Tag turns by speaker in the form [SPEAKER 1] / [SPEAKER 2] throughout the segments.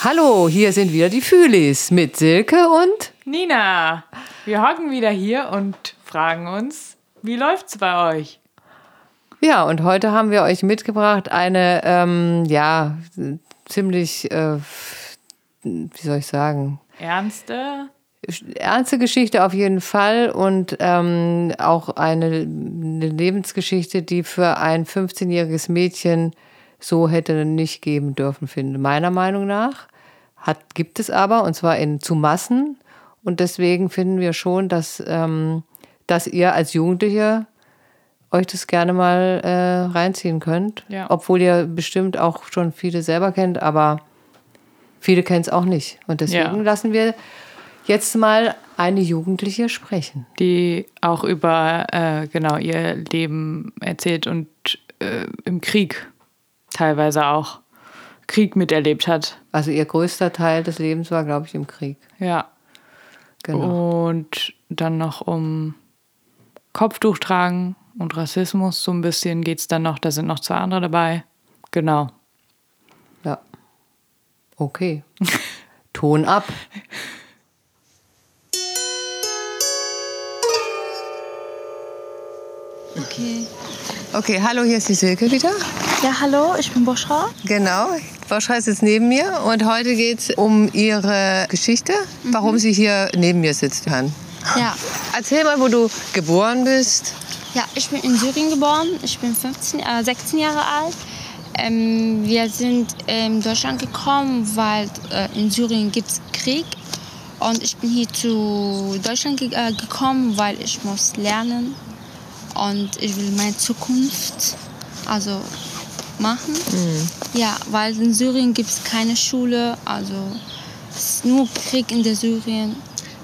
[SPEAKER 1] Hallo, hier sind wieder die Fühlis mit Silke und
[SPEAKER 2] Nina, wir hocken wieder hier und fragen uns, wie läuft's bei euch?
[SPEAKER 1] ja, und heute haben wir euch mitgebracht eine, ähm, ja, ziemlich, äh, wie soll ich sagen,
[SPEAKER 2] Ernste?
[SPEAKER 1] ernste Geschichte auf jeden Fall und ähm, auch eine, eine Lebensgeschichte, die für ein 15-jähriges Mädchen so hätte nicht geben dürfen, finde meiner Meinung nach. Hat, gibt es aber, und zwar in zu Massen. Und deswegen finden wir schon, dass, ähm, dass ihr als Jugendliche euch das gerne mal äh, reinziehen könnt.
[SPEAKER 2] Ja.
[SPEAKER 1] Obwohl ihr bestimmt auch schon viele selber kennt, aber viele kennen es auch nicht. Und deswegen
[SPEAKER 2] Ja.
[SPEAKER 1] lassen wir jetzt mal eine Jugendliche sprechen.
[SPEAKER 2] Die auch über äh, genau ihr Leben erzählt und äh, im Krieg teilweise auch Krieg miterlebt hat.
[SPEAKER 1] Also ihr größter Teil des Lebens war, glaube ich, im Krieg.
[SPEAKER 2] Ja.
[SPEAKER 1] Genau.
[SPEAKER 2] Und dann noch um Kopftuch tragen und Rassismus so ein bisschen geht's dann noch. Da sind noch zwei andere dabei. Genau.
[SPEAKER 1] Ja. Okay. Ton ab. Okay, hallo, hier ist die Silke wieder.
[SPEAKER 3] Ja, hallo, ich bin Boschra.
[SPEAKER 1] Genau. Boscha ist jetzt neben mir und heute geht es um ihre Geschichte, warum sie hier neben mir sitzt, Han.
[SPEAKER 3] Ja.
[SPEAKER 1] Erzähl mal, wo du geboren bist.
[SPEAKER 3] ja, ich bin in Syrien geboren. Ich bin 15, äh, 16 Jahre alt. Ähm, wir sind ähm, Deutschland gekommen, weil äh, in Syrien gibt es Krieg. Und ich bin hier zu Deutschland ge äh, gekommen, weil ich muss lernen. Und ich will meine Zukunft also machen. Mhm. Ja, weil in Syrien gibt es keine Schule. Also es ist nur Krieg in der Syrien.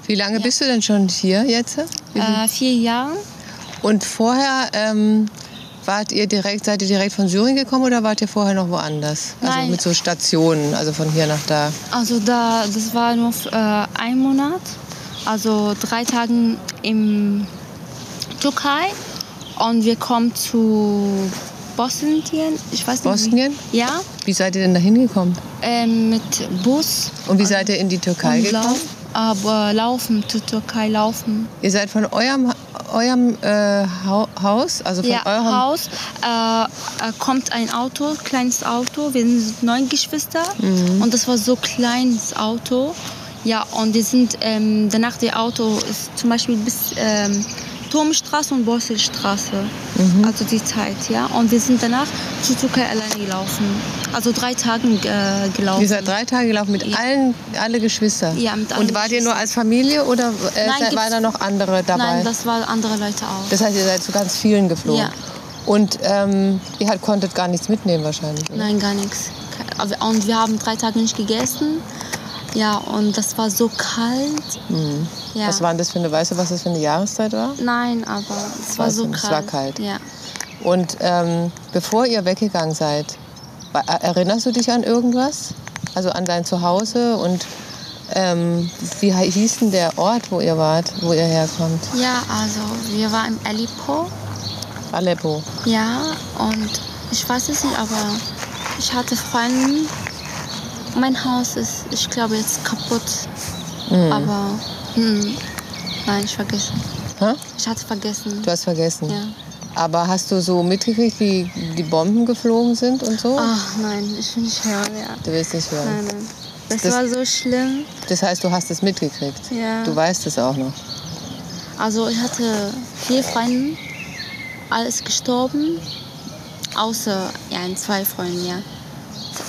[SPEAKER 1] Wie lange bist du denn schon hier jetzt?
[SPEAKER 3] Äh, vier Jahre.
[SPEAKER 1] Und vorher ähm, wart ihr direkt, seid ihr direkt von Syrien gekommen oder wart ihr vorher noch woanders? Also
[SPEAKER 3] Nein.
[SPEAKER 1] mit so Stationen, also von hier nach da.
[SPEAKER 3] Also da, das war nur äh, ein Monat, also drei Tage in Türkei und wir kommen zu Bosnien, ich weiß nicht.
[SPEAKER 1] Bosnien?
[SPEAKER 3] Wie. Ja,
[SPEAKER 1] Wie seid ihr denn da hingekommen?
[SPEAKER 3] ähm, mit Bus
[SPEAKER 1] Und wie seid ihr in die Türkei
[SPEAKER 3] und
[SPEAKER 1] gekommen?
[SPEAKER 3] Lauf, aber laufen, zur Türkei laufen.
[SPEAKER 1] Ihr seid von eurem, eurem äh, Hau- Haus, also von
[SPEAKER 3] ja,
[SPEAKER 1] eurem
[SPEAKER 3] Haus äh, äh, kommt ein Auto, kleines Auto. Wir sind neun Geschwister
[SPEAKER 1] Mhm.
[SPEAKER 3] und das war so kleines Auto. Ja, und wir sind ähm, danach, der Auto ist zum Beispiel bis ähm, Turmstraße und Borselstraße,
[SPEAKER 1] Mhm.
[SPEAKER 3] also die Zeit, ja. Und wir sind danach zu Türkei allein gelaufen, also drei Tagen äh, gelaufen.
[SPEAKER 1] Ihr seid drei Tage gelaufen mit
[SPEAKER 3] Ja.
[SPEAKER 1] allen, alle Geschwister.
[SPEAKER 3] Ja, mit allen
[SPEAKER 1] Und wart ihr nur als Familie oder äh,
[SPEAKER 3] Nein,
[SPEAKER 1] seid,
[SPEAKER 3] gibt's-
[SPEAKER 1] waren da noch andere dabei?
[SPEAKER 3] Nein, das waren andere Leute auch.
[SPEAKER 1] das heißt, ihr seid zu ganz vielen geflogen.
[SPEAKER 3] Ja.
[SPEAKER 1] Und ähm, ihr halt, konntet gar nichts mitnehmen wahrscheinlich. oder?
[SPEAKER 3] Nein, gar nichts. Ke- aber- Und wir haben drei Tage nicht gegessen. Ja, und das war so kalt. Ja.
[SPEAKER 1] Was waren Mhm. das für eine, weißt du, was das für eine Jahreszeit war?
[SPEAKER 3] Nein, aber es war
[SPEAKER 1] weiß
[SPEAKER 3] so
[SPEAKER 1] nicht, es
[SPEAKER 3] kalt.
[SPEAKER 1] war kalt.
[SPEAKER 3] Ja.
[SPEAKER 1] Und ähm, bevor ihr weggegangen seid, wa- äh, erinnerst du dich an irgendwas? Also an dein Zuhause und ähm, wie hi- hieß denn der Ort, wo ihr wart, wo ihr herkommt?
[SPEAKER 3] ja, also wir waren im Aleppo.
[SPEAKER 1] Aleppo.
[SPEAKER 3] Ja, und ich weiß es nicht, aber ich hatte Freunde. Mein Haus ist, ich glaube, jetzt kaputt.
[SPEAKER 1] Mhm.
[SPEAKER 3] Aber mm, nein, ich vergessen.
[SPEAKER 1] Hä?
[SPEAKER 3] Ich hatte vergessen.
[SPEAKER 1] Du hast vergessen.
[SPEAKER 3] Ja.
[SPEAKER 1] Aber hast du so mitgekriegt, wie die Bomben geflogen sind und so?
[SPEAKER 3] Ach nein, ich will nicht hören. Ja.
[SPEAKER 1] Du willst nicht hören.
[SPEAKER 3] Ah. Nein, nein. Das,
[SPEAKER 1] Das-
[SPEAKER 3] war so schlimm.
[SPEAKER 1] Das heißt, du hast es mitgekriegt.
[SPEAKER 3] Ja.
[SPEAKER 1] Du weißt es auch noch.
[SPEAKER 3] Also ich hatte vier Freunde, alles gestorben, außer ja, zwei Freunde, ja.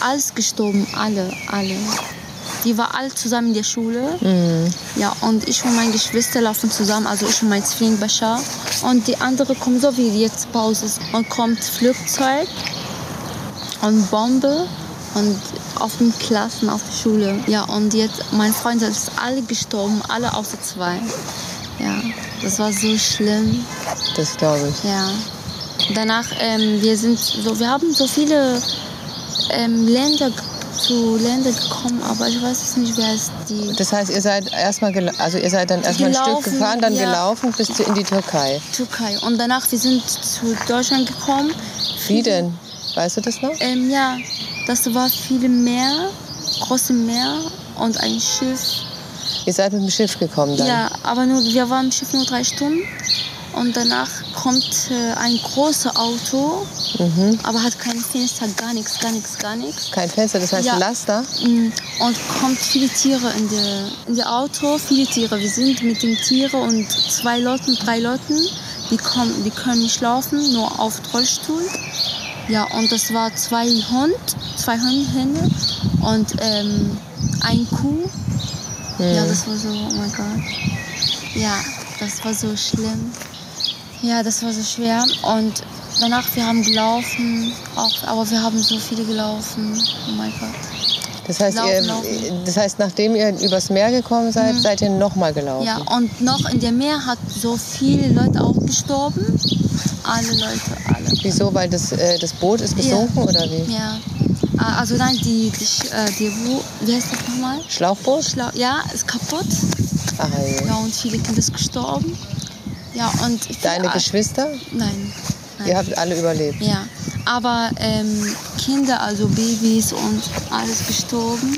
[SPEAKER 3] Alles gestorben, alle, alle. Die waren alle zusammen in der Schule. Ja, und ich und meine Geschwister laufen zusammen, also ich und mein Zwilling Bashar. Und die andere kommen so wie jetzt Pause ist. Und kommt Flugzeug und Bombe und auf den Klassen, auf die Schule. Ja, und jetzt, mein Freund ist alle gestorben, alle außer zwei. Ja, das war so schlimm.
[SPEAKER 1] Das glaube ich.
[SPEAKER 3] Ja. Danach, ähm, wir sind so, wir haben so viele ähm, Länder g- zu Länder gekommen, aber ich weiß es nicht, wer ist die
[SPEAKER 1] Das heißt, ihr seid erstmal, gel- also ihr seid dann erstmal ein Stück
[SPEAKER 3] Gelaufen,
[SPEAKER 1] gefahren, dann
[SPEAKER 3] ja.
[SPEAKER 1] gelaufen bis zu- in die Türkei.
[SPEAKER 3] Türkei. Und danach, wir sind zu Deutschland gekommen.
[SPEAKER 1] Wie denn? Weißt du das noch?
[SPEAKER 3] Ähm, ja, das war viel mehr großem Meer und ein Schiff.
[SPEAKER 1] Ihr seid mit dem Schiff gekommen dann?
[SPEAKER 3] Ja, aber nur, wir waren im Schiff nur drei Stunden. Und danach kommt äh, ein großes Auto, aber hat keine Fenster, gar nichts, gar nichts, gar nichts.
[SPEAKER 1] Kein Fenster, das heißt
[SPEAKER 3] Ja.
[SPEAKER 1] ein Laster.
[SPEAKER 3] Mm, Und kommt viele Tiere in der, in der Auto, viele Tiere. Wir sind mit den Tieren und zwei Leuten, drei Leuten, die, kommen, die können nicht laufen, nur auf dem Rollstuhl. Ja, und das war zwei Hund, zwei Hunde und ähm, ein Kuh.
[SPEAKER 1] Mhm.
[SPEAKER 3] Ja, das war so, oh mein Gott. Ja, das war so schlimm. Ja, das war so schwer. Und danach, wir haben gelaufen, auch, aber wir haben so viele gelaufen. Oh mein Gott.
[SPEAKER 1] Das heißt,
[SPEAKER 3] Laufen,
[SPEAKER 1] ihr,
[SPEAKER 3] laufen. Mhm.
[SPEAKER 1] das heißt, nachdem ihr übers Meer gekommen seid, seid ihr nochmal gelaufen.
[SPEAKER 3] Ja, und noch in dem Meer hat so viele Leute auch gestorben. Alle Leute, alle.
[SPEAKER 1] Wieso? Weil das, äh, das Boot ist gesunken oder wie?
[SPEAKER 3] Ja. Ah, Also nein, die, die, Sch- äh, die wo, wie heißt das nochmal?
[SPEAKER 1] Schlauchboot? Ah,
[SPEAKER 3] Schlau ja, ist kaputt.
[SPEAKER 1] Ach, je.
[SPEAKER 3] Ja, und viele Kinder sind gestorben. Ja, und viele
[SPEAKER 1] Deine
[SPEAKER 3] Al-
[SPEAKER 1] Geschwister?
[SPEAKER 3] Nein. nein.
[SPEAKER 1] Ihr habt alle überlebt.
[SPEAKER 3] Ja, aber ähm, Kinder, also Babys und alles gestorben.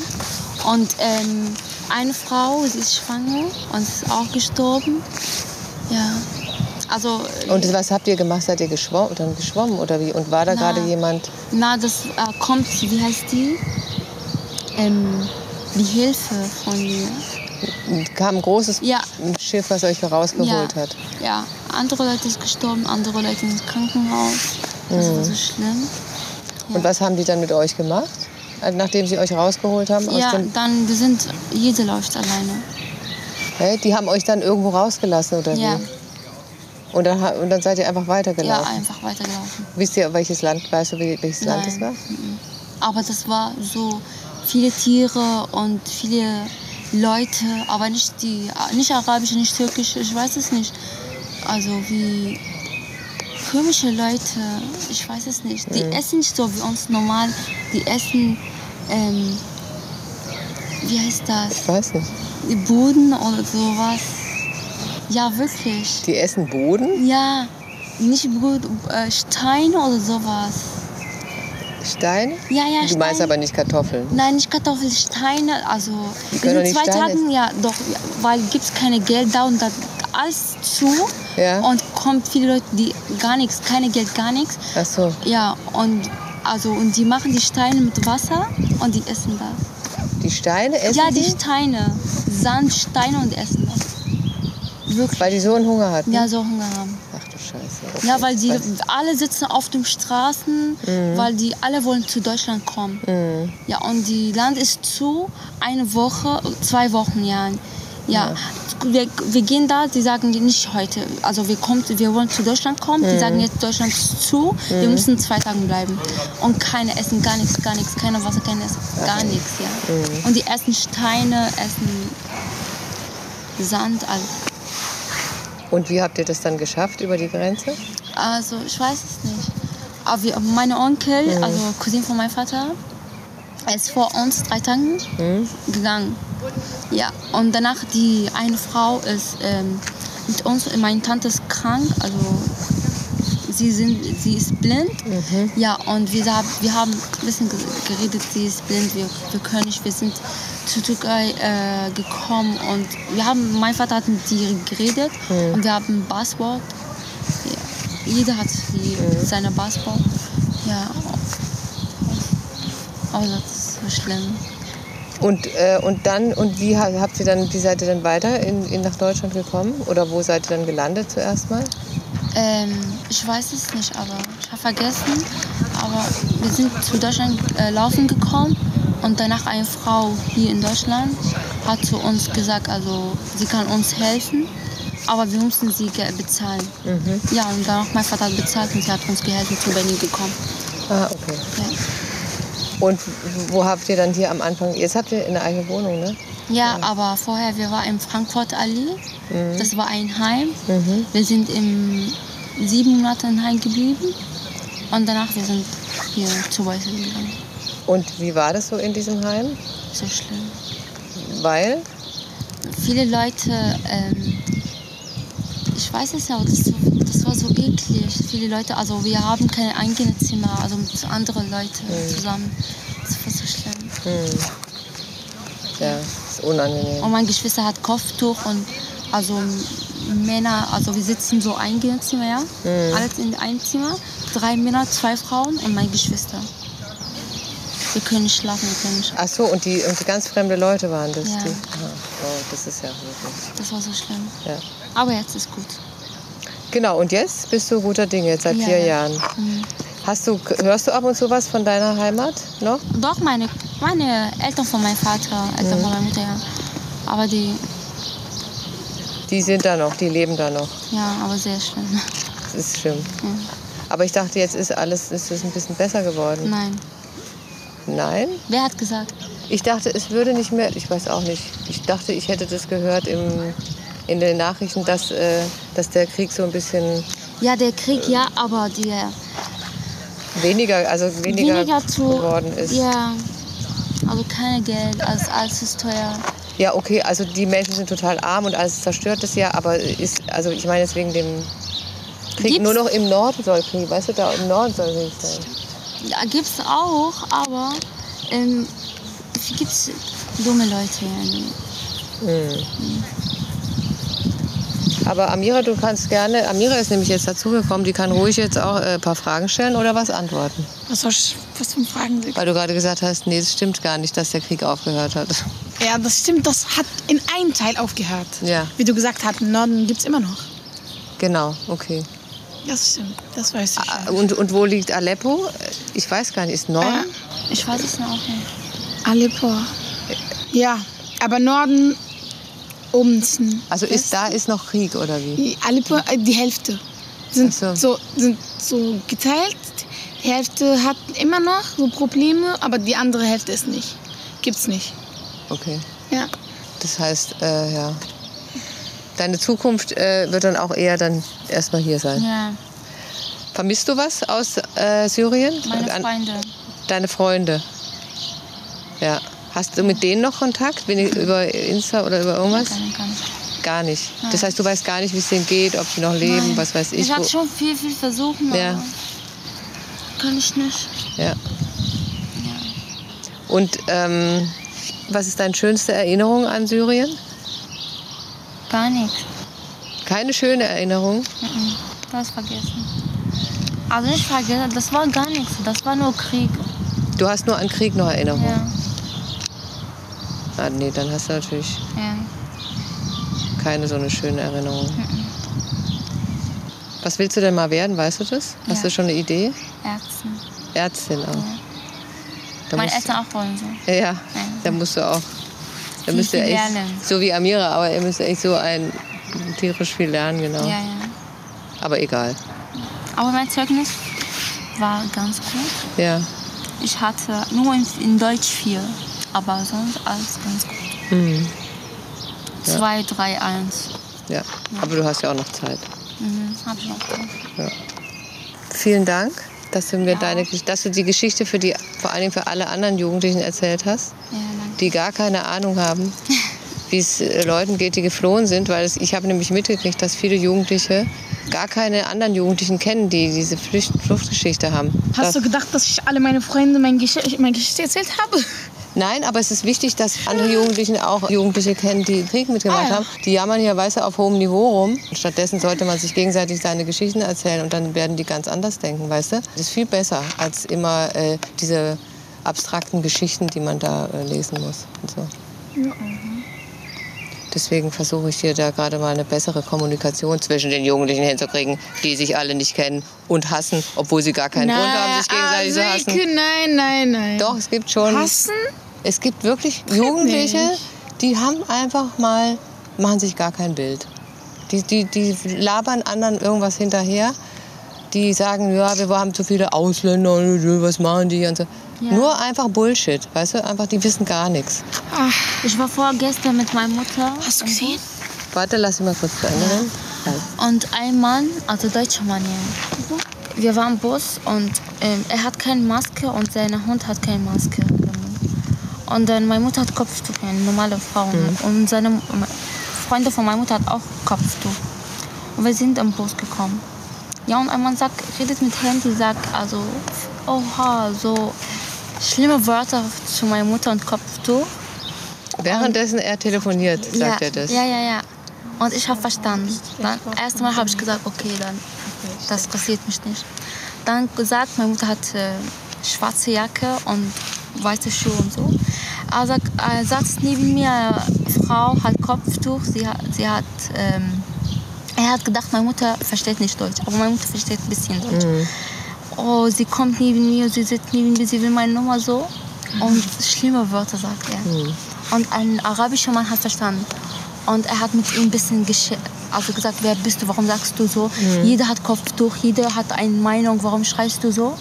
[SPEAKER 3] Und ähm, eine Frau, sie ist schwanger und ist auch gestorben. Ja, also äh,
[SPEAKER 1] Und was habt ihr gemacht? Seid ihr geschwommen, dann geschwommen oder wie? Und war da
[SPEAKER 3] Na.
[SPEAKER 1] gerade jemand?
[SPEAKER 3] na, das äh, kommt, wie heißt die? Ähm, die Hilfe von mir.
[SPEAKER 1] Kam ein großes
[SPEAKER 3] Ja.
[SPEAKER 1] Schiff, was euch herausgeholt
[SPEAKER 3] ja.
[SPEAKER 1] hat.
[SPEAKER 3] Ja, andere Leute sind gestorben, andere Leute sind ins Krankenhaus. Das war so schlimm.
[SPEAKER 1] Und was haben die dann mit euch gemacht? Also Nachdem sie euch rausgeholt haben aus
[SPEAKER 3] Ja,
[SPEAKER 1] dem.
[SPEAKER 3] dann wir sind, jeder läuft alleine.
[SPEAKER 1] Hä? Die haben euch dann irgendwo rausgelassen oder
[SPEAKER 3] Ja.
[SPEAKER 1] wie? Und dann, ha- und dann seid ihr einfach
[SPEAKER 3] Ja,
[SPEAKER 1] weitergelaufen.
[SPEAKER 3] einfach weitergelaufen.
[SPEAKER 1] Wisst ihr, welches Land, weißt du, wel- welches Land es war?
[SPEAKER 3] Nein. Mhm. Aber das war so viele Tiere und viele Leute, aber nicht die, nicht arabische, nicht türkische, ich weiß es nicht. Also wie komische Leute, ich weiß es nicht. Die essen nicht so wie uns normal. Die essen, ähm, wie heißt das?
[SPEAKER 1] Ich weiß nicht.
[SPEAKER 3] Die Boden oder sowas. Ja, wirklich.
[SPEAKER 1] Die essen Boden?
[SPEAKER 3] Ja, nicht Brot, äh, Steine oder sowas.
[SPEAKER 1] Steine?
[SPEAKER 3] Ja, ja,
[SPEAKER 1] Du meinst
[SPEAKER 3] Steine.
[SPEAKER 1] aber nicht Kartoffeln.
[SPEAKER 3] Nein, nicht Kartoffelsteine, also
[SPEAKER 1] können doch
[SPEAKER 3] in
[SPEAKER 1] nicht
[SPEAKER 3] zwei
[SPEAKER 1] Steine
[SPEAKER 3] Tagen, ja doch, ja, weil gibt es keine Geld da und da alles zu
[SPEAKER 1] Ja.
[SPEAKER 3] und kommt viele Leute, die gar nichts, keine Geld, gar nichts.
[SPEAKER 1] Ach so.
[SPEAKER 3] Ja, und also und die machen die Steine mit Wasser und die essen das.
[SPEAKER 1] Die Steine essen
[SPEAKER 3] ja, die
[SPEAKER 1] die?
[SPEAKER 3] Steine, Sand, Steine und essen das. Wirklich.
[SPEAKER 1] Weil die so einen Hunger hatten?
[SPEAKER 3] Ja, so Hunger haben.
[SPEAKER 1] Ach du Scheiße. Okay.
[SPEAKER 3] Ja, weil die
[SPEAKER 1] Was?
[SPEAKER 3] alle sitzen auf den Straßen, weil die alle wollen zu Deutschland kommen. Ja, und die Land ist zu, eine Woche, zwei Wochen, ja. Ja, Wir, wir gehen da, die sagen nicht heute. Also wir, kommt, wir wollen zu Deutschland kommen, die sagen jetzt Deutschland ist zu, wir müssen zwei Tage bleiben. Und keine Essen, gar nichts, gar nichts, keine Wasser, kein Essen, gar nichts, ja. Mhm. Und die essen Steine, essen Sand, alles.
[SPEAKER 1] Und wie habt ihr das dann geschafft über die Grenze?
[SPEAKER 3] Also, ich weiß es nicht. Aber wir, meine Onkel, also Cousin von meinem Vater, er ist vor uns drei Tagen gegangen. Ja, und danach die eine Frau ist ähm, mit uns, meine Tante ist krank, also sie, sind, sie ist blind. Ja, und wir, hab- wir haben ein bisschen ge- geredet, sie ist blind, wir, wir können nicht, wir sind zur Türkei äh, gekommen und wir haben, mein Vater hat mit ihr geredet und wir haben ein Passwort. Ja, jeder hat die, seine Passwort. Ja. Aber das ist so schlimm.
[SPEAKER 1] Und, äh, und dann, und wie ha- habt ihr dann, wie seid ihr dann weiter in, in nach Deutschland gekommen? Oder wo seid ihr dann gelandet zuerst mal?
[SPEAKER 3] Ähm, ich weiß es nicht, aber ich habe vergessen. Aber wir sind zu Deutschland äh, laufen gekommen und danach eine Frau hier in Deutschland hat zu uns gesagt, also sie kann uns helfen, aber wir mussten sie ge- bezahlen. Ja, und danach mein Vater hat bezahlt und sie hat uns geholfen, zu Berlin gekommen.
[SPEAKER 1] Ah, okay.
[SPEAKER 3] Ja,
[SPEAKER 1] Und wo habt ihr dann hier am Anfang, jetzt habt ihr eine eigene Wohnung, ne?
[SPEAKER 3] ja aber vorher, wir waren in Frankfurt Allee, das war ein Heim. Wir sind im sieben Monate in Heim geblieben und danach wir sind hier zu Weißen gegangen.
[SPEAKER 1] Und wie war das so in diesem Heim?
[SPEAKER 3] So schlimm.
[SPEAKER 1] Weil,
[SPEAKER 3] Viele Leute, ähm, ich weiß es ja, das, das war so eklig. Viele Leute, also wir haben kein eigenes Zimmer, also mit anderen Leuten zusammen. Das war so schlimm.
[SPEAKER 1] Ja, ist unangenehm.
[SPEAKER 3] Und mein Geschwister hat Kopftuch und also Männer, also wir sitzen so ein Zimmer, ja?
[SPEAKER 1] Mhm.
[SPEAKER 3] Alles in einem Zimmer. Drei Männer, zwei Frauen und mein Geschwister. Wir können nicht schlafen, wir können nicht
[SPEAKER 1] Ach so, und die, und die ganz fremde Leute waren das.
[SPEAKER 3] Ja.
[SPEAKER 1] Die, ah, oh, das ist ja wirklich.
[SPEAKER 3] Das war so schlimm.
[SPEAKER 1] Ja.
[SPEAKER 3] Aber jetzt ist gut.
[SPEAKER 1] Genau, und jetzt bist du guter Dinge, jetzt seit
[SPEAKER 3] Ja. Mhm.
[SPEAKER 1] vier Jahren. Hast du, hörst du ab und zu was von deiner Heimat noch?
[SPEAKER 3] Doch, meine, meine Eltern von meinem Vater,
[SPEAKER 1] Mhm.
[SPEAKER 3] Eltern von meiner Mutter, ja. Aber die,
[SPEAKER 1] Die sind da noch, die leben da noch.
[SPEAKER 3] ja, aber sehr schlimm.
[SPEAKER 1] Das ist schlimm.
[SPEAKER 3] Mhm.
[SPEAKER 1] Aber ich dachte, jetzt ist alles ist es ein bisschen besser geworden.
[SPEAKER 3] Nein. Mhm.
[SPEAKER 1] Nein?
[SPEAKER 3] Wer hat gesagt?
[SPEAKER 1] Ich dachte, es würde nicht mehr. Ich weiß auch nicht. Ich dachte, ich hätte das gehört im, in den Nachrichten, dass, äh, dass der Krieg so ein bisschen
[SPEAKER 3] Ja, der Krieg, ja, aber die
[SPEAKER 1] weniger, also weniger,
[SPEAKER 3] weniger, zu.
[SPEAKER 1] geworden ist.
[SPEAKER 3] Ja. Also keine Geld, alles, alles ist teuer.
[SPEAKER 1] Ja, okay, also die Menschen sind total arm und alles zerstört das ja, aber ist, also ich meine jetzt wegen dem Krieg,
[SPEAKER 3] Gibt's-
[SPEAKER 1] nur noch im Norden soll Krieg, weißt du, da im Norden soll Krieg sein.
[SPEAKER 3] Ja, gibt's auch, aber ähm, gibt's dumme Leute. ja.
[SPEAKER 1] Aber Amira, du kannst gerne, Amira ist nämlich jetzt dazugekommen, die kann ruhig jetzt auch äh, ein paar Fragen stellen oder was antworten.
[SPEAKER 4] Was, soll ich, was für Fragen sind?
[SPEAKER 1] Weil du gerade gesagt hast, nee, es stimmt gar nicht, dass der Krieg aufgehört hat.
[SPEAKER 4] Ja, das stimmt, das hat in einem Teil aufgehört.
[SPEAKER 1] Ja.
[SPEAKER 4] Wie du gesagt hast, im Norden gibt es immer noch.
[SPEAKER 1] Genau, okay.
[SPEAKER 4] Das stimmt, das weiß ich.
[SPEAKER 1] Ah,
[SPEAKER 4] ja.
[SPEAKER 1] Und, und wo liegt Aleppo? Ich weiß gar nicht, ist Norden?
[SPEAKER 4] Ah,
[SPEAKER 3] Ich weiß es noch auch nicht.
[SPEAKER 4] Aleppo. Ja, aber Norden, oben ist ein-
[SPEAKER 1] Also ist, da ist noch Krieg oder wie?
[SPEAKER 4] Die Aleppo, äh, die Hälfte. Sind
[SPEAKER 1] Ach so.
[SPEAKER 4] so. sind so geteilt. Die Hälfte hat immer noch so Probleme, aber die andere Hälfte ist nicht. Gibt's nicht.
[SPEAKER 1] Okay.
[SPEAKER 4] Ja.
[SPEAKER 1] Das heißt, äh, ja. Deine Zukunft äh, wird dann auch eher dann erstmal hier sein.
[SPEAKER 3] Ja,
[SPEAKER 1] Vermisst du was aus äh, Syrien?
[SPEAKER 3] meine
[SPEAKER 1] An-
[SPEAKER 3] Freunde.
[SPEAKER 1] Deine Freunde. Ja. Hast du mit denen noch Kontakt? Wenig- über Insta oder über irgendwas?
[SPEAKER 3] Keine, keine.
[SPEAKER 1] Gar nicht. Das heißt, du weißt gar nicht, wie es denen geht, ob die noch leben, was weiß ich.
[SPEAKER 3] Ich habe
[SPEAKER 1] wo-
[SPEAKER 3] schon viel, viel versucht, aber
[SPEAKER 1] Ja.
[SPEAKER 3] kann ich nicht.
[SPEAKER 1] Ja. Und ähm, was ist deine schönste Erinnerung an Syrien?
[SPEAKER 3] Gar nichts.
[SPEAKER 1] Keine schöne Erinnerung.
[SPEAKER 3] Mhm. Du hast vergessen. Also nicht vergessen, das war gar nichts. Das war nur Krieg.
[SPEAKER 1] Du hast nur an Krieg noch Erinnerungen.
[SPEAKER 3] Ja,
[SPEAKER 1] Ah, nee, dann hast du natürlich
[SPEAKER 3] ja.
[SPEAKER 1] keine so eine schöne Erinnerung. Was willst du denn mal werden, weißt du das? Hast
[SPEAKER 3] Ja.
[SPEAKER 1] du schon eine Idee?
[SPEAKER 3] Ärzte.
[SPEAKER 1] Ärztin auch. Da
[SPEAKER 3] Meine
[SPEAKER 1] musst,
[SPEAKER 3] Eltern auch wollen so.
[SPEAKER 1] ja, da musst du auch. Da müsst ihr
[SPEAKER 3] viel
[SPEAKER 1] echt,
[SPEAKER 3] lernen.
[SPEAKER 1] so wie Amira, aber ihr müsst echt so ein tierisch viel lernen, genau.
[SPEAKER 3] Ja, ja.
[SPEAKER 1] Aber egal.
[SPEAKER 3] Aber mein Zeugnis war ganz gut.
[SPEAKER 1] Ja.
[SPEAKER 3] Ich hatte nur in, in Deutsch vier, aber sonst alles ganz gut. Zwei, drei, eins.
[SPEAKER 1] ja. Aber du hast ja auch noch Zeit.
[SPEAKER 3] Mhm. Hab ich noch. drauf.
[SPEAKER 1] Vielen Dank, dass du mir deine, dass du die Geschichte für die, vor allem für alle anderen Jugendlichen erzählt hast,
[SPEAKER 3] Ja, danke.
[SPEAKER 1] die gar keine Ahnung haben, wie es äh, Leuten geht, die geflohen sind, weil es, ich habe nämlich mitgekriegt, dass viele Jugendliche gar keine anderen Jugendlichen kennen, die diese Flücht, Fluchtgeschichte haben.
[SPEAKER 4] Hast du
[SPEAKER 1] Das-
[SPEAKER 4] gedacht, dass ich alle meine Freunde mein Gesch meine Geschichte erzählt habe?
[SPEAKER 1] Nein, aber es ist wichtig, dass andere Jugendlichen auch Jugendliche kennen, die Krieg mitgemacht
[SPEAKER 4] Ah, ja.
[SPEAKER 1] haben. Die jammern hier weißt du, auf hohem Niveau rum. Stattdessen sollte man sich gegenseitig seine Geschichten erzählen und dann werden die ganz anders denken, weißt du? Das ist viel besser als immer äh, diese abstrakten Geschichten, die man da äh, lesen muss und so. Deswegen versuche ich hier da gerade mal eine bessere Kommunikation zwischen den Jugendlichen hinzukriegen, die sich alle nicht kennen und hassen, obwohl sie gar keinen Grund haben, sich gegenseitig zu
[SPEAKER 4] also,
[SPEAKER 1] hassen.
[SPEAKER 4] Nein, nein, nein.
[SPEAKER 1] Doch, es gibt schon
[SPEAKER 4] Hassen?
[SPEAKER 1] es gibt wirklich Jugendliche, die haben einfach mal, machen sich gar kein Bild. Die, die, die labern anderen irgendwas hinterher. Die sagen, ja, wir haben zu viele Ausländer, was machen die? Und so. Nur einfach Bullshit, weißt du? Einfach, die wissen gar nichts.
[SPEAKER 3] Ich war vorgestern mit meiner Mutter.
[SPEAKER 4] Ah. Hast du gesehen?
[SPEAKER 1] Warte, lass mich mal kurz zu Ende reden.
[SPEAKER 3] Und ein Mann, also deutscher Mann, ja. Wir waren im Bus und ähm, er hat keine Maske und sein Hund hat keine Maske. Und dann meine Mutter hat Kopftuch, eine normale Frau. ne? Und seine me- Freunde von meiner Mutter hat auch Kopftuch. Und wir sind im Bus gekommen. Ja, und ein Mann sagt, redet mit Handy, sagt also, oha, so schlimme Wörter zu meiner Mutter und Kopftuch.
[SPEAKER 1] Währenddessen er telefoniert, sagt
[SPEAKER 3] ja,
[SPEAKER 1] er das.
[SPEAKER 3] Ja, ja, ja. Und ich habe verstanden. Dann erstmal habe ich gesagt, okay, dann das passiert mich nicht. Dann gesagt, meine Mutter hat äh, schwarze Jacke und weiße Schuhe und so. Er sagt, äh, saß neben mir, äh, Frau hat Kopftuch, sie hat, sie hat ähm, er hat gedacht, meine Mutter versteht nicht Deutsch, aber meine Mutter versteht ein bisschen Deutsch.
[SPEAKER 1] Mhm.
[SPEAKER 3] Oh, sie kommt neben mir, sie sitzt neben mir, sie will meine Nummer so. Und schlimme Wörter sagt er. Und ein arabischer Mann hat verstanden. Und er hat mit ihm ein bisschen gesche- also gesagt, wer bist du, warum sagst du so? Jeder hat Kopftuch, jeder hat eine Meinung, warum schreist du so?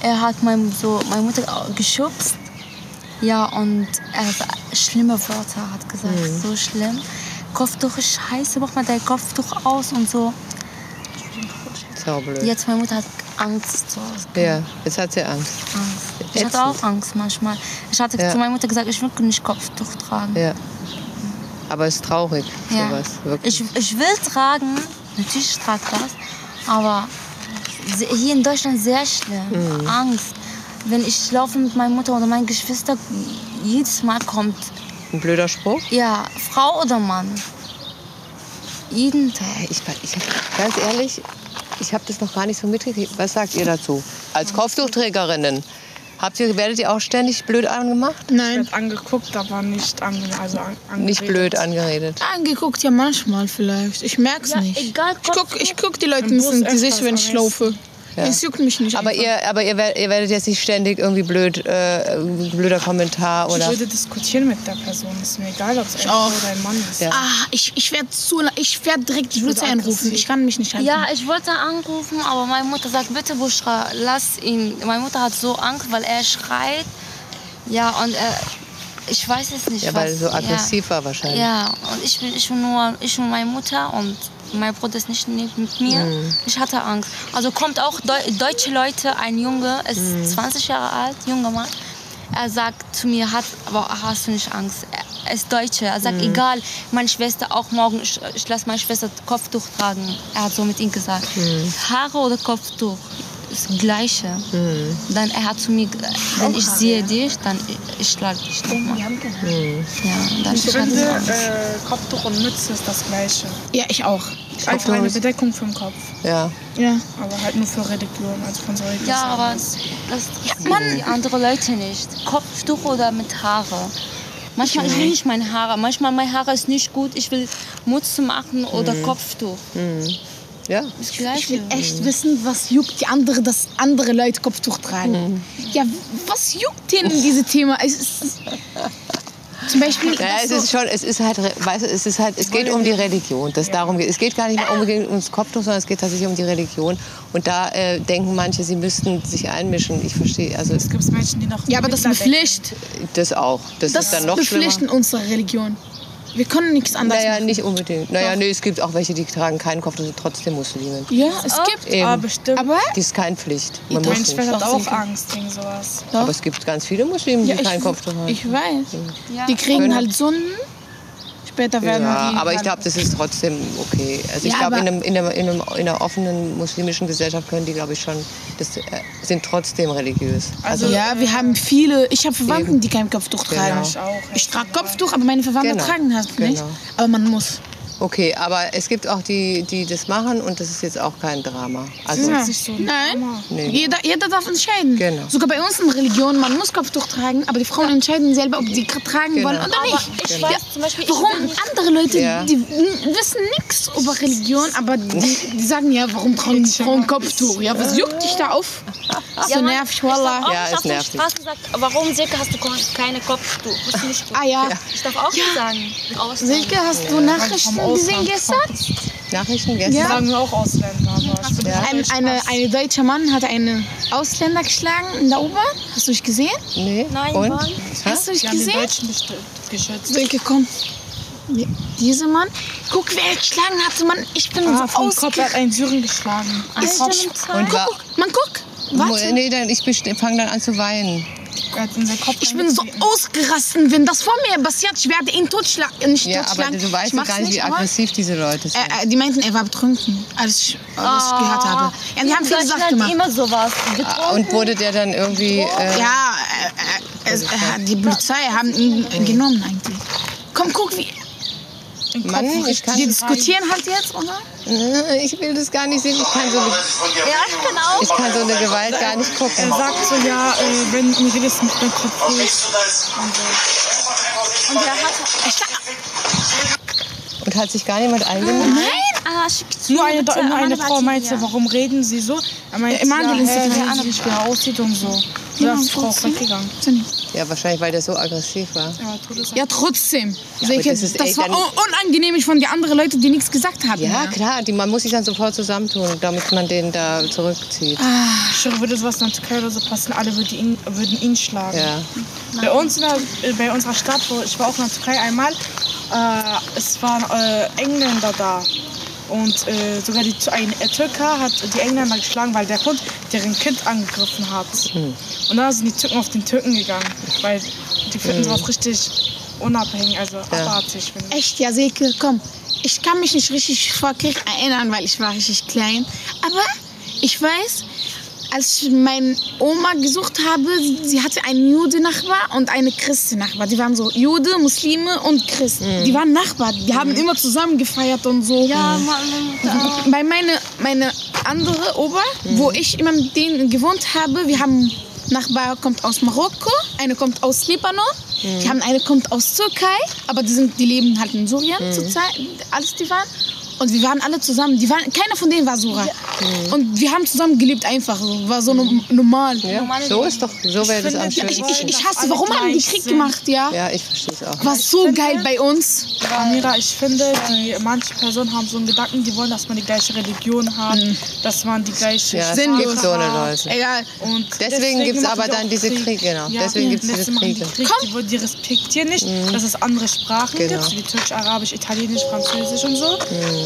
[SPEAKER 3] Er hat mein, so, meine Mutter geschubst. Ja, und er hat schlimme Wörter hat gesagt, so schlimm. Kopftuch ist scheiße, mach mal dein Kopftuch aus und so.
[SPEAKER 1] Saublöd.
[SPEAKER 3] Jetzt meine Mutter hat Angst zu Hause.
[SPEAKER 1] Ja, jetzt hat sie Angst.
[SPEAKER 3] Angst. Ich
[SPEAKER 1] Ätzend.
[SPEAKER 3] hatte auch Angst manchmal. Ich hatte
[SPEAKER 1] Ja.
[SPEAKER 3] zu meiner Mutter gesagt, ich will nicht Kopftuch tragen.
[SPEAKER 1] Ja. Aber es ist traurig,
[SPEAKER 3] Ja.
[SPEAKER 1] sowas. Wirklich.
[SPEAKER 3] Ich, ich will tragen, natürlich ich trage das, aber se- hier in Deutschland sehr schlimm.
[SPEAKER 1] Mhm.
[SPEAKER 3] Angst. Wenn ich laufe mit meiner Mutter oder meinen Geschwistern, jedes Mal kommt,
[SPEAKER 1] Ein blöder Spruch.
[SPEAKER 3] ja, Frau oder Mann. Jeden Tag.
[SPEAKER 1] Äh, Ich, war- ich, ganz ehrlich, ich habe das noch gar nicht so mitgekriegt. Was sagt ihr dazu? Als Kopftuchträgerinnen. Habt ihr, werdet ihr auch ständig blöd angemacht?
[SPEAKER 4] Nein.
[SPEAKER 5] wird angeguckt, aber nicht ange also an angeredet.
[SPEAKER 1] Nicht blöd angeredet.
[SPEAKER 4] Angeguckt ja manchmal vielleicht. Ich merk's nicht.
[SPEAKER 3] egal,
[SPEAKER 4] ich guck, ich guck die Leute
[SPEAKER 5] Im
[SPEAKER 4] ein bisschen
[SPEAKER 5] Bus
[SPEAKER 4] ins Gesicht,
[SPEAKER 5] öfters,
[SPEAKER 4] wenn ich
[SPEAKER 5] aber
[SPEAKER 4] laufe. Es juckt mich nicht.
[SPEAKER 1] Aber
[SPEAKER 4] einfach.
[SPEAKER 1] ihr, aber ihr, wer- ihr werdet jetzt nicht ständig irgendwie blöd, äh, blöder Kommentar
[SPEAKER 5] Ich
[SPEAKER 1] oder.
[SPEAKER 5] würde diskutieren mit der Person. Ist mir egal, ob es eine Frau
[SPEAKER 4] auch.
[SPEAKER 5] oder ein Mann ist.
[SPEAKER 1] Ja.
[SPEAKER 4] Ah, ich, ich werde zu. la- Ich werde direkt die Polizei anrufen.
[SPEAKER 5] aggressiv.
[SPEAKER 4] Ich kann mich nicht halten.
[SPEAKER 3] Ja, ich wollte anrufen, aber meine Mutter sagt, bitte Buschra, lass ihn. Meine Mutter hat so Angst, weil er schreit. Ja, und er, ich weiß es nicht.
[SPEAKER 1] Ja, weil er
[SPEAKER 3] was-
[SPEAKER 1] so aggressiv war wahrscheinlich.
[SPEAKER 3] Ja, und ich bin, ich bin nur, ich und meine Mutter und mein Bruder ist nicht ne- mit mir. Ich hatte Angst. Also kommt auch Deu deutsche Leute, ein Junge, ist 20 Jahre alt, junger Mann. Er sagt zu mir, hat, aber hast du nicht Angst? Er ist Deutsche. Er sagt, egal, meine Schwester auch morgen, ich, ich lasse meine Schwester Kopftuch tragen. Er hat so mit ihm gesagt. Haare oder Kopftuch? Ist Das Gleiche. Dann er hat zu mir, ge- wenn ich sehe dich, dann ich schlage dich nochmal. Ja, dann
[SPEAKER 5] Ich
[SPEAKER 3] hatte
[SPEAKER 5] finde,
[SPEAKER 3] ich Angst.
[SPEAKER 5] äh, Kopftuch und Mütze ist das Gleiche.
[SPEAKER 4] Ja, ich auch.
[SPEAKER 5] Einfach eine Bedeckung für den Kopf.
[SPEAKER 1] Ja.
[SPEAKER 4] Ja.
[SPEAKER 5] Aber halt nur für Religion, also von so Religion.
[SPEAKER 3] Ja, aber das interessiert die andere Leute nicht. Kopftuch oder mit Haare. Manchmal ich will nicht meine Haare. Manchmal mein Haare ist nicht gut. Ich will Mütze machen oder Kopftuch.
[SPEAKER 1] Ja.
[SPEAKER 3] Das
[SPEAKER 4] Mhm. Ich will
[SPEAKER 3] Gleiche.
[SPEAKER 4] echt wissen, was juckt die andere, dass andere Leute Kopftuch tragen.
[SPEAKER 1] Mhm.
[SPEAKER 4] Ja, was juckt denen diese Thema? Es ist, zum Beispiel.
[SPEAKER 1] Naja,
[SPEAKER 4] dass
[SPEAKER 1] es
[SPEAKER 4] so-
[SPEAKER 1] ist schon, es ist halt, re- weißt du, es ist halt, es geht um die Religion, das darum geht. Es geht gar nicht mehr unbedingt ums Kopftuch, sondern es geht tatsächlich um die Religion. Und da äh, denken manche, sie müssten sich einmischen. Ich verstehe, also
[SPEAKER 5] Es gibt Menschen, die noch.
[SPEAKER 4] ja, aber das
[SPEAKER 5] Hitler denken.
[SPEAKER 4] bepflicht.
[SPEAKER 1] das auch. Das,
[SPEAKER 4] Das
[SPEAKER 1] ist dann noch schlimmer.
[SPEAKER 4] bepflichten unsere Religion. Wir können nichts anderes
[SPEAKER 1] Naja,
[SPEAKER 4] machen.
[SPEAKER 1] nicht unbedingt. Naja,
[SPEAKER 4] Doch.
[SPEAKER 1] nee, es gibt auch welche, die tragen keinen Kopftuch, sind trotzdem Muslimen.
[SPEAKER 4] Ja, es gibt.
[SPEAKER 1] Eben.
[SPEAKER 5] Ah, bestimmt.
[SPEAKER 4] Aber
[SPEAKER 1] Die ist keine Pflicht. Man muss
[SPEAKER 5] Meine
[SPEAKER 1] nicht.
[SPEAKER 5] Schwester hat
[SPEAKER 4] Doch,
[SPEAKER 5] auch
[SPEAKER 4] sicher.
[SPEAKER 5] Angst wegen sowas.
[SPEAKER 1] Aber es gibt ganz viele Muslime, die
[SPEAKER 4] Ja, ich-
[SPEAKER 1] keinen Kopftuch haben.
[SPEAKER 4] ich weiß.
[SPEAKER 3] Ja.
[SPEAKER 4] Die kriegen
[SPEAKER 1] Können-
[SPEAKER 4] halt Sünden. Später werden
[SPEAKER 1] Ja,
[SPEAKER 4] die.
[SPEAKER 1] aber ich
[SPEAKER 4] halt-
[SPEAKER 1] glaube, das ist trotzdem okay. Also ich
[SPEAKER 4] Ja,
[SPEAKER 1] glaube, in,
[SPEAKER 4] aber-
[SPEAKER 1] einem, in, einem, in, einem, in einer offenen muslimischen Gesellschaft können die, glaube ich, schon, das äh, sind trotzdem religiös. Also,
[SPEAKER 4] Ja, wir haben viele. Ich habe Verwandten, die kein Kopftuch tragen.
[SPEAKER 1] Ich
[SPEAKER 5] auch,
[SPEAKER 4] Ich trage Kopftuch, aber meine Verwandten
[SPEAKER 1] Genau.
[SPEAKER 4] tragen das nicht.
[SPEAKER 1] Genau.
[SPEAKER 4] Aber man muss.
[SPEAKER 1] okay, aber es gibt auch die, die das machen und das ist jetzt auch kein Drama. Also,
[SPEAKER 4] Ja.
[SPEAKER 5] nicht so ein
[SPEAKER 4] Nein.
[SPEAKER 1] Nee.
[SPEAKER 4] Jeder, jeder darf entscheiden.
[SPEAKER 1] Genau.
[SPEAKER 4] Sogar bei uns in Religion, man muss Kopftuch tragen, aber die Frauen entscheiden selber, ob die tragen
[SPEAKER 1] Genau.
[SPEAKER 4] wollen oder
[SPEAKER 3] Aber
[SPEAKER 4] nicht.
[SPEAKER 3] ich weiß zum Beispiel, ich
[SPEAKER 4] Warum
[SPEAKER 3] bin
[SPEAKER 4] andere Leute,
[SPEAKER 1] Ja.
[SPEAKER 4] die n- wissen nichts über Religion, aber die, die sagen ja, warum tragen Frauen Kopftuch? Ja, was juckt dich da auf? So
[SPEAKER 3] Mann,
[SPEAKER 4] nervig, wallah.
[SPEAKER 1] Ja,
[SPEAKER 3] Ich
[SPEAKER 1] ist
[SPEAKER 3] oh. darf auch nicht auf
[SPEAKER 1] nervig.
[SPEAKER 3] der Straße sagen, warum Silke hast du keine Kopftuch? Bist du nicht gut?
[SPEAKER 4] Ah ja.
[SPEAKER 3] Ich darf auch nicht sagen. Aussagen.
[SPEAKER 4] Silke, hast du Nachrichten gesehen gestern?
[SPEAKER 1] Nachrichten gestern.
[SPEAKER 5] Die sagen wir auch Ausländer. Aber ich bin
[SPEAKER 1] Ja.
[SPEAKER 4] Ein, eine, ein deutscher Mann hat einen Ausländer geschlagen in der U-Bahn. Hast du mich gesehen?
[SPEAKER 1] Nee.
[SPEAKER 3] Nein,
[SPEAKER 1] und?
[SPEAKER 3] Mann.
[SPEAKER 1] Hä?
[SPEAKER 4] Hast du mich
[SPEAKER 5] die haben die
[SPEAKER 4] gesehen?
[SPEAKER 5] Deutschen bestimmt geschützt.
[SPEAKER 4] Silke, komm. Ja, Dieser Mann, guck, wer geschlagen hatte, Mann. Ich bin
[SPEAKER 5] Ah,
[SPEAKER 4] so
[SPEAKER 5] vom Kopf
[SPEAKER 4] ausgerastet.
[SPEAKER 5] hat einen Syren geschlagen.
[SPEAKER 1] Und
[SPEAKER 4] Guck,
[SPEAKER 1] wa-
[SPEAKER 4] guck, Mann, guck. Warte.
[SPEAKER 1] Nee, dann, ich fange dann an zu weinen.
[SPEAKER 5] Er hat unser Kopf
[SPEAKER 4] Ich bin so ausgerastet, wenn das vor mir passiert. Ich werde ihn totschlagen. Nicht
[SPEAKER 1] Ja, aber
[SPEAKER 4] totschlagen.
[SPEAKER 1] du
[SPEAKER 4] Ich
[SPEAKER 1] weißt doch
[SPEAKER 4] mach's
[SPEAKER 1] gar nicht, wie
[SPEAKER 4] aber-
[SPEAKER 1] aggressiv diese Leute sind.
[SPEAKER 4] Äh, äh, die meinten, er war betrunken, als ich, als ich gehört
[SPEAKER 3] Ah.
[SPEAKER 4] habe. Ja, die haben viele Sachen
[SPEAKER 3] Deutschland
[SPEAKER 4] gemacht.
[SPEAKER 3] immer sowas. Getrunken.
[SPEAKER 1] Ah, und wurde der dann irgendwie. Äh,
[SPEAKER 4] Ja, äh, äh, es- äh, die Polizei haben ihn äh, genommen eigentlich. Komm, guck, wie.
[SPEAKER 5] Im Kopf
[SPEAKER 1] Mann,
[SPEAKER 5] nicht
[SPEAKER 1] ich kann
[SPEAKER 5] rein.
[SPEAKER 4] Wir diskutieren halt jetzt, oder?
[SPEAKER 1] Ich will das gar nicht sehen. Ich kann so eine,
[SPEAKER 4] Ah.
[SPEAKER 1] ich kann so eine Gewalt gar nicht
[SPEAKER 5] Er
[SPEAKER 1] gucken.
[SPEAKER 5] sagt so, ja, äh, wenn du nicht redest, macht mein Kopf ruhig.
[SPEAKER 4] Und er hat. Ich,
[SPEAKER 1] Und hat sich gar niemand eingenommen?
[SPEAKER 3] Nein, aber ah, schickt zu
[SPEAKER 5] Nur eine,
[SPEAKER 3] bitte,
[SPEAKER 5] nur eine
[SPEAKER 3] Amanda
[SPEAKER 5] Frau
[SPEAKER 3] Batini,
[SPEAKER 5] meinte,
[SPEAKER 3] ja.
[SPEAKER 5] warum reden sie so? Er meinte,
[SPEAKER 4] Ja, Amanda
[SPEAKER 5] ja,
[SPEAKER 4] ist
[SPEAKER 5] äh,
[SPEAKER 4] die
[SPEAKER 5] weil
[SPEAKER 4] andere
[SPEAKER 5] sie nicht mehr aussieht und so. Ja, ist Frau auch weggegangen.
[SPEAKER 1] Ja, wahrscheinlich, weil der so aggressiv war.
[SPEAKER 5] Ja, Todesangst.
[SPEAKER 4] ja, trotzdem. Also
[SPEAKER 1] aber
[SPEAKER 4] ich,
[SPEAKER 1] das
[SPEAKER 4] das
[SPEAKER 1] ist echt
[SPEAKER 4] war
[SPEAKER 1] dann-
[SPEAKER 4] un unangenehm von den anderen Leuten, die nichts gesagt hatten.
[SPEAKER 1] Ja, klar, die, man muss sich dann sofort zusammentun, damit man den da zurückzieht.
[SPEAKER 4] Ah.
[SPEAKER 5] Ich schwöre, würde sowas in der Türkei oder so passen, alle würden ihn, würden ihn schlagen.
[SPEAKER 1] Ja.
[SPEAKER 5] Bei uns, in der, äh, bei unserer Stadt, wo ich war auch in der Türkei einmal, äh, es waren äh, Engländer da. Und äh, sogar die, Tür- ein äh, Türker hat die Engländer geschlagen, weil der Hund deren Kind angegriffen hat.
[SPEAKER 1] Hm.
[SPEAKER 5] Und dann sind die Türken auf den Türken gegangen, weil die finden
[SPEAKER 1] Hm.
[SPEAKER 5] sowas richtig unabhängig, also abartig. Finde ich.
[SPEAKER 4] Echt, ja, Seke, komm. Ich kann mich nicht richtig vor Krieg erinnern, weil ich war richtig klein. Aber ich weiß, als ich meine Oma gesucht habe, sie- sie hatte einen Jude-Nachbar und eine Christen-Nachbar. Die waren so Jude, Muslime und Christen. Die waren Nachbarn. Die haben immer zusammen gefeiert und so.
[SPEAKER 3] Ja, Mann, äh,
[SPEAKER 4] Bei meine, meine andere Oma, wo ich immer mit denen gewohnt habe, wir haben Nachbar kommt aus Marokko, eine kommt aus Libanon, wir haben eine kommt aus Türkei, aber die, sind, die leben halt in Syrien zurzeit, alles die waren. Und wir waren alle zusammen, die waren, keiner von denen war Syrer. Und wir haben zusammen gelebt einfach, so. war so no- normal.
[SPEAKER 1] ja. So ist doch, so wäre das am
[SPEAKER 5] finde,
[SPEAKER 4] Ich,
[SPEAKER 1] schönsten.
[SPEAKER 4] ich, ich hasse,
[SPEAKER 5] Alle
[SPEAKER 4] warum haben die
[SPEAKER 5] gleich
[SPEAKER 4] Krieg
[SPEAKER 5] sind.
[SPEAKER 4] gemacht, ja?
[SPEAKER 1] Ja, ich verstehe es auch.
[SPEAKER 4] War so geil bei uns.
[SPEAKER 5] Amira, ich finde, die, manche Personen haben so einen Gedanken, die wollen, dass man die gleiche Religion hat, dass man die gleiche
[SPEAKER 1] Hm. Ja, es
[SPEAKER 4] Sinn
[SPEAKER 1] gibt
[SPEAKER 4] wir-
[SPEAKER 1] so eine
[SPEAKER 5] hat.
[SPEAKER 1] Leute.
[SPEAKER 4] Egal.
[SPEAKER 5] Und
[SPEAKER 1] Deswegen gibt's
[SPEAKER 5] machen
[SPEAKER 1] aber
[SPEAKER 5] die
[SPEAKER 1] dann
[SPEAKER 5] auch mhm.
[SPEAKER 1] diese Kriege, genau. Deswegen gibt's diese
[SPEAKER 5] machen die
[SPEAKER 1] Kriege. Mhm.
[SPEAKER 5] Krieg, Die, wollen- die respektieren nicht, dass es andere Sprachen
[SPEAKER 1] Genau. Mhm.
[SPEAKER 5] gibt, wie Türkisch, Arabisch, Italienisch, Französisch und so.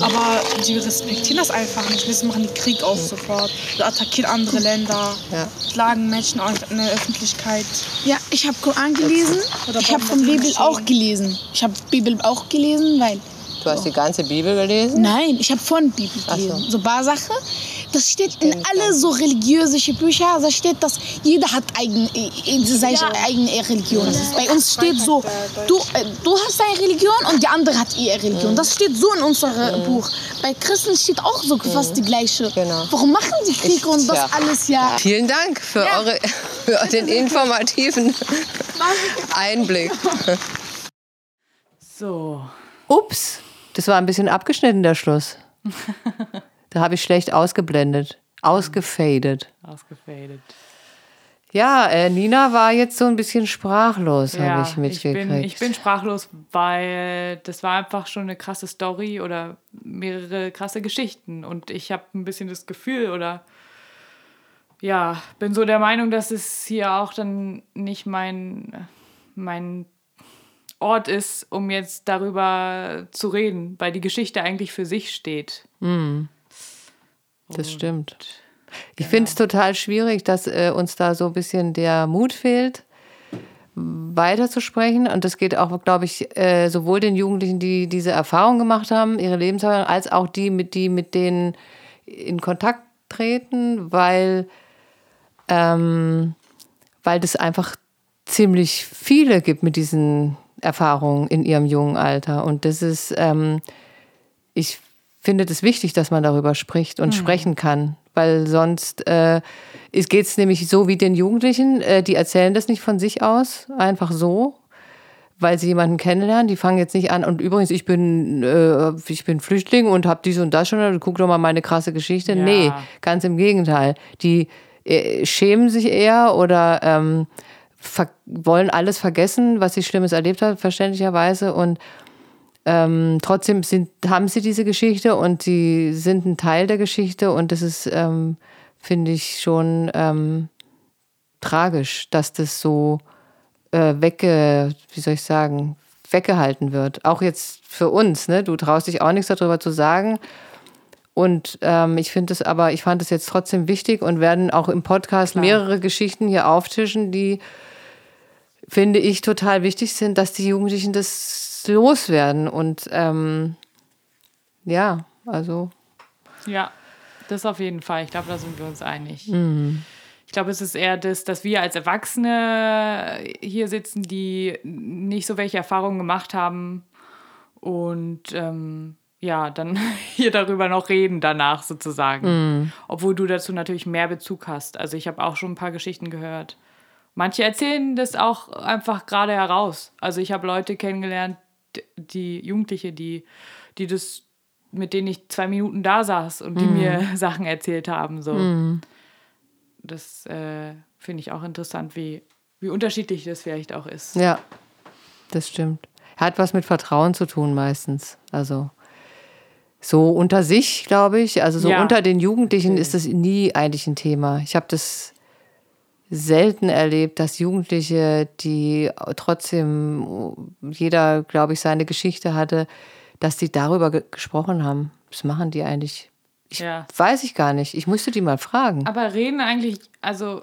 [SPEAKER 5] Aber die respektieren das einfach nicht. Deswegen machen die Krieg auf sofort. Die attackieren andere Länder,
[SPEAKER 1] Mhm. Ja.
[SPEAKER 5] schlagen Menschen auf in der Öffentlichkeit.
[SPEAKER 4] Ja, ich habe Koran gelesen.
[SPEAKER 5] Oder
[SPEAKER 4] Ich habe
[SPEAKER 5] warum
[SPEAKER 4] von
[SPEAKER 5] das
[SPEAKER 4] Bibel
[SPEAKER 5] nicht
[SPEAKER 4] auch gelesen. Ich habe Bibel auch gelesen, weil
[SPEAKER 1] Du hast die ganze Bibel gelesen?
[SPEAKER 4] Nein, ich habe von Bibel
[SPEAKER 1] Ach so. Äh,
[SPEAKER 4] gelesen. So paar Sachen. Das steht in alle so religiöse Bücher, da steht, dass jeder hat eigen, äh, äh, seine eigene Religion. Bei uns steht so, du, äh, du hast deine Religion und die andere hat ihre Religion. Das steht so in unserem Buch. Bei Christen steht auch so fast die gleiche.
[SPEAKER 1] Genau.
[SPEAKER 4] Warum machen die Krieg
[SPEAKER 1] Ich-
[SPEAKER 4] und das
[SPEAKER 1] tja.
[SPEAKER 4] alles ja?
[SPEAKER 1] Vielen Dank für, eure, für den informativen Einblick.
[SPEAKER 2] So.
[SPEAKER 1] Ups, das war ein bisschen abgeschnitten, der Schluss. Da habe ich schlecht ausgeblendet, ausgefadet.
[SPEAKER 2] Ausgefadet.
[SPEAKER 1] Ja, äh, Nina war jetzt so ein bisschen sprachlos, habe ich mitgekriegt.
[SPEAKER 2] bin, ich bin sprachlos, weil das war einfach schon eine krasse Story oder mehrere krasse Geschichten. Und ich habe ein bisschen das Gefühl oder ja, bin so der Meinung, dass es hier auch dann nicht mein, mein Ort ist, um jetzt darüber zu reden, weil die Geschichte eigentlich für sich steht.
[SPEAKER 1] Das stimmt. Ich finde es total schwierig, dass äh, uns da so ein bisschen der Mut fehlt, weiterzusprechen. Und das geht auch, glaube ich, äh, sowohl den Jugendlichen, die diese Erfahrung gemacht haben, ihre Lebenserfahrung, als auch die, mit die mit denen in Kontakt treten, weil, ähm, weil das einfach ziemlich viele gibt mit diesen Erfahrungen in ihrem jungen Alter. Und das ist... Ähm, ich finde es wichtig, dass man darüber spricht und sprechen kann, weil sonst äh, geht es nämlich so wie den Jugendlichen, äh, die erzählen das nicht von sich aus, einfach so, weil sie jemanden kennenlernen, die fangen jetzt nicht an und übrigens, ich bin, äh, ich bin Flüchtling und habe dies und das schon, also guck doch mal meine krasse Geschichte.
[SPEAKER 2] Ja.
[SPEAKER 1] Nee, ganz im Gegenteil. Die äh, schämen sich eher oder ähm, ver wollen alles vergessen, was sie Schlimmes erlebt hat, verständlicherweise und ähm, trotzdem sind, haben sie diese Geschichte und sie sind ein Teil der Geschichte und das ist, ähm, finde ich, schon ähm, tragisch, dass das so äh, wegge, wie soll ich sagen, weggehalten wird. Auch jetzt für uns, ne? Du traust dich auch nichts darüber zu sagen. Und ähm, ich finde es aber, ich fand es jetzt trotzdem wichtig und werden auch im Podcast mehrere Geschichten hier auftischen, die finde ich total wichtig sind, dass die Jugendlichen das loswerden. Und ähm, ja, also
[SPEAKER 2] Ja, das auf jeden Fall. Ich glaube, da sind wir uns einig. Ich glaube, es ist eher das, dass wir als Erwachsene hier sitzen, die nicht so welche Erfahrungen gemacht haben und ähm, ja, dann hier darüber noch reden danach sozusagen. Obwohl du dazu natürlich mehr Bezug hast. Also ich habe auch schon ein paar Geschichten gehört. Manche erzählen das auch einfach gerade heraus. Also ich habe Leute kennengelernt, d- die Jugendliche, die, die das, mit denen ich zwei Minuten da saß und die mir Sachen erzählt haben. So. Das äh, finde ich auch interessant, wie, wie unterschiedlich das vielleicht auch ist.
[SPEAKER 1] Ja, das stimmt. Hat was mit Vertrauen zu tun meistens. Also so unter sich, glaube ich. Also so
[SPEAKER 2] Ja.
[SPEAKER 1] unter den Jugendlichen ist das nie eigentlich ein Thema. Ich habe das selten erlebt, dass Jugendliche, die trotzdem jeder, glaube ich, seine Geschichte hatte, dass die darüber ge gesprochen haben. Was machen die eigentlich? Ich,
[SPEAKER 2] Ja.
[SPEAKER 1] Weiß ich gar nicht. Ich müsste die mal fragen.
[SPEAKER 2] Aber reden eigentlich, also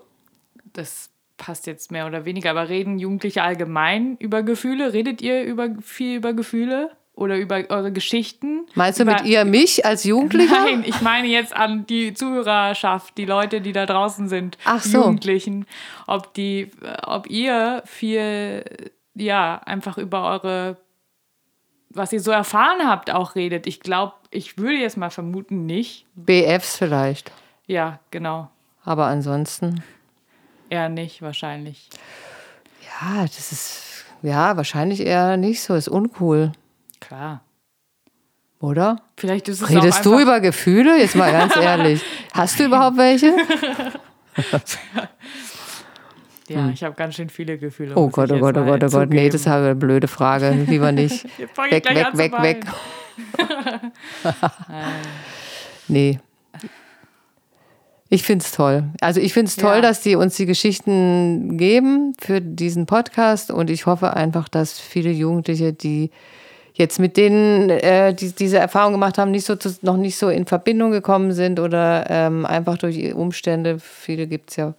[SPEAKER 2] das passt jetzt mehr oder weniger, aber reden Jugendliche allgemein über Gefühle? Redet ihr über viel über Gefühle oder über eure Geschichten?
[SPEAKER 1] Meinst du
[SPEAKER 2] über,
[SPEAKER 1] mit ihr mich als Jugendlicher?
[SPEAKER 2] Nein, ich meine jetzt an die Zuhörerschaft, die Leute, die da draußen sind,
[SPEAKER 1] Ach
[SPEAKER 2] die
[SPEAKER 1] so.
[SPEAKER 2] Jugendlichen, ob die, ob ihr viel, ja, einfach über eure, was ihr so erfahren habt, auch redet. Ich glaube, ich würde jetzt mal vermuten, nicht.
[SPEAKER 1] BFs vielleicht.
[SPEAKER 2] Ja, genau.
[SPEAKER 1] Aber ansonsten.
[SPEAKER 2] Eher nicht, wahrscheinlich.
[SPEAKER 1] Ja, Ah, das ist ja wahrscheinlich eher nicht so. Ist uncool,
[SPEAKER 2] Klar.
[SPEAKER 1] oder?
[SPEAKER 2] Vielleicht ist es auch
[SPEAKER 1] Redest du
[SPEAKER 2] einfach-
[SPEAKER 1] über Gefühle? Jetzt mal ganz ehrlich. Hast du überhaupt welche?
[SPEAKER 2] Ja, ich habe ganz schön viele Gefühle.
[SPEAKER 1] Hm. Oh
[SPEAKER 2] muss
[SPEAKER 1] Gott,
[SPEAKER 2] ich
[SPEAKER 1] oh
[SPEAKER 2] jetzt
[SPEAKER 1] Gott, oh
[SPEAKER 2] mal
[SPEAKER 1] Gott, oh Gott. Nee,
[SPEAKER 2] zugeben.
[SPEAKER 1] das ist eine blöde Frage. Lieber nicht.
[SPEAKER 2] Jetzt fang ich
[SPEAKER 1] Weg,
[SPEAKER 2] gleich
[SPEAKER 1] weg,
[SPEAKER 2] an zu
[SPEAKER 1] weg, weg.
[SPEAKER 2] weinen.
[SPEAKER 1] Nee. Ich finde es toll. Also ich finde es toll,
[SPEAKER 2] Ja.
[SPEAKER 1] dass die uns die Geschichten geben für diesen Podcast und ich hoffe einfach, dass viele Jugendliche, die jetzt mit denen, äh, die diese Erfahrung gemacht haben, nicht so zu, noch nicht so in Verbindung gekommen sind oder ähm, einfach durch ihre Umstände, viele gibt es ja,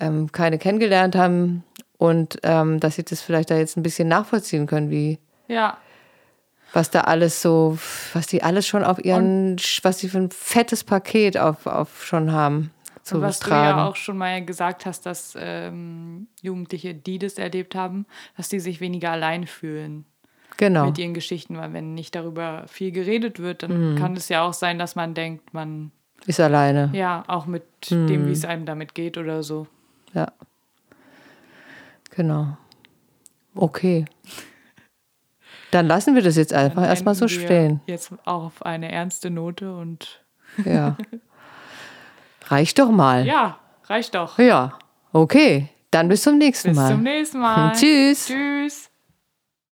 [SPEAKER 1] ähm, keine kennengelernt haben und ähm, dass sie das vielleicht da jetzt ein bisschen nachvollziehen können, wie
[SPEAKER 2] Ja,
[SPEAKER 1] was da alles so, was die alles schon auf ihren, was die für ein fettes Paket auf, auf schon haben zu
[SPEAKER 2] und was
[SPEAKER 1] tragen.
[SPEAKER 2] du ja auch schon mal gesagt hast, dass ähm, Jugendliche, die das erlebt haben, dass die sich weniger allein fühlen
[SPEAKER 1] genau.
[SPEAKER 2] mit ihren Geschichten, weil wenn nicht darüber viel geredet wird,
[SPEAKER 1] Mhm.
[SPEAKER 2] dann kann es ja auch sein, dass man denkt, man,
[SPEAKER 1] Ist alleine.
[SPEAKER 2] ja, auch mit
[SPEAKER 1] Mhm.
[SPEAKER 2] dem, wie es einem damit geht oder so.
[SPEAKER 1] Ja. Genau. Okay. Dann lassen wir das jetzt einfach
[SPEAKER 2] Dann
[SPEAKER 1] erstmal so
[SPEAKER 2] enden wir
[SPEAKER 1] stehen.
[SPEAKER 2] Jetzt auch auf eine ernste Note und
[SPEAKER 1] Ja. Reicht doch mal.
[SPEAKER 2] ja, reicht doch.
[SPEAKER 1] Ja. Okay. Dann bis zum nächsten
[SPEAKER 2] Bis
[SPEAKER 1] Mal.
[SPEAKER 2] zum nächsten Mal.
[SPEAKER 1] Tschüss.
[SPEAKER 2] Tschüss.